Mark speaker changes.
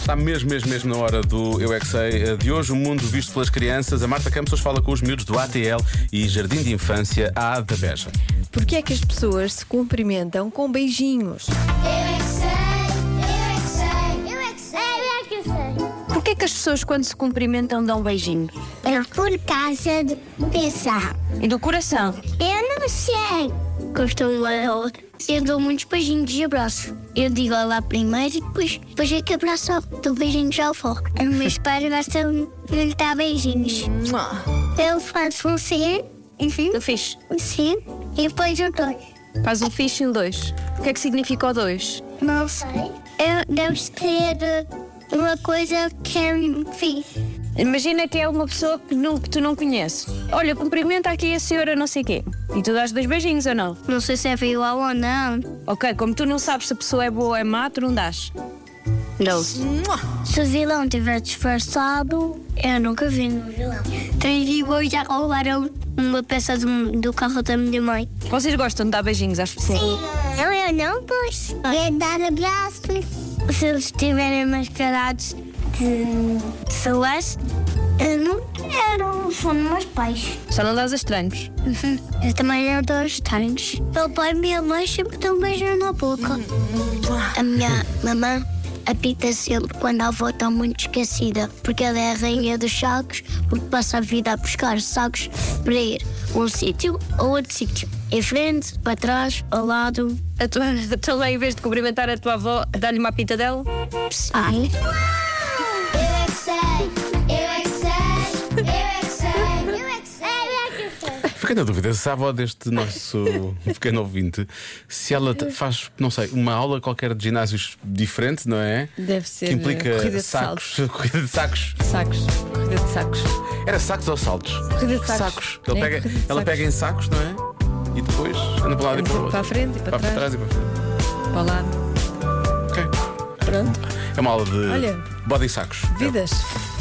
Speaker 1: está mesmo, mesmo, mesmo na hora do Eu é que Sei de hoje, o mundo visto pelas crianças. A Marta Campos hoje fala com os miúdos do ATL e Jardim de Infância A da Beja.
Speaker 2: Porquê é que as pessoas se cumprimentam com beijinhos?
Speaker 3: Eu é que sei, eu é que sei, eu é que sei, eu é que sei.
Speaker 4: Porquê que as pessoas quando se cumprimentam dão beijinhos?
Speaker 3: É por causa de pensar.
Speaker 4: E do coração?
Speaker 3: Eu não sei. Gostam um ao outro. Eu dou muitos beijinhos de abraço. Eu digo olá primeiro e depois, depois é que abraço, dou beijinhos ao foco. Os meus pais gostam de lhe dar beijinhos. Eu faço um sim, enfim,
Speaker 4: Do fixe.
Speaker 3: um sim, e depois eu dou.
Speaker 4: Faz um fixe em dois. O que é que significa o dois?
Speaker 3: Não sei. Eu devo ser uh, uma coisa que é fiz.
Speaker 4: Imagina que é uma pessoa que, não, que tu não conheces. Olha, cumprimenta aqui a senhora não sei quê. E tu dás dois beijinhos ou não?
Speaker 3: Não sei se é vioal ou não.
Speaker 4: Ok, como tu não sabes se a pessoa é boa ou é má, tu não dás. Não.
Speaker 3: Se o vilão tiver disfarçado, eu nunca vi no vilão. Três vigores já roubaram uma peça um, do, do carro da minha mãe.
Speaker 4: Vocês gostam de dar beijinhos às pessoas?
Speaker 3: Não, eu não posso. É dar abraços. Se eles estiverem mascarados de pessoas, eu não quero. São meus pais.
Speaker 4: Só não dás a estranhos.
Speaker 3: Eu também não dou estranhos. Meu pai e minha mãe sempre dão um beijo na boca. A minha mamãe apita sempre quando a avó está muito esquecida, porque ela é a rainha dos sacos, porque passa a vida a buscar sacos para ir a um sítio ou outro sítio. Em frente, para trás, ao lado.
Speaker 4: A tua, a tua mãe, em vez de cumprimentar a tua avó, dá-lhe uma pinta dela?
Speaker 3: Ai.
Speaker 5: Eu é que sei, eu é que sei, eu é que sei, eu é que sei, eu é que sei.
Speaker 1: Fiquei na dúvida se a avó deste nosso pequeno ouvinte, se ela te- faz, não sei, uma aula qualquer de ginásios diferente, não é?
Speaker 6: Deve ser,
Speaker 1: Que implica
Speaker 6: eh, corrida de
Speaker 1: sacos. corrida de sacos.
Speaker 6: Sacos, corrida de sacos.
Speaker 1: Era sacos ou saltos?
Speaker 6: Corrida de sacos.
Speaker 1: Ele
Speaker 6: É,
Speaker 1: pega-
Speaker 6: corrida de
Speaker 1: ela
Speaker 6: sacos.
Speaker 1: pega em sacos, não é? E depois anda para lá e para o outro.
Speaker 6: Para a frente e para
Speaker 1: para
Speaker 6: trás.
Speaker 1: e para frente.
Speaker 6: Para lá.
Speaker 1: Ok.
Speaker 6: Pronto.
Speaker 1: É uma aula de
Speaker 6: Olha.
Speaker 1: body sacos.
Speaker 6: Vidas.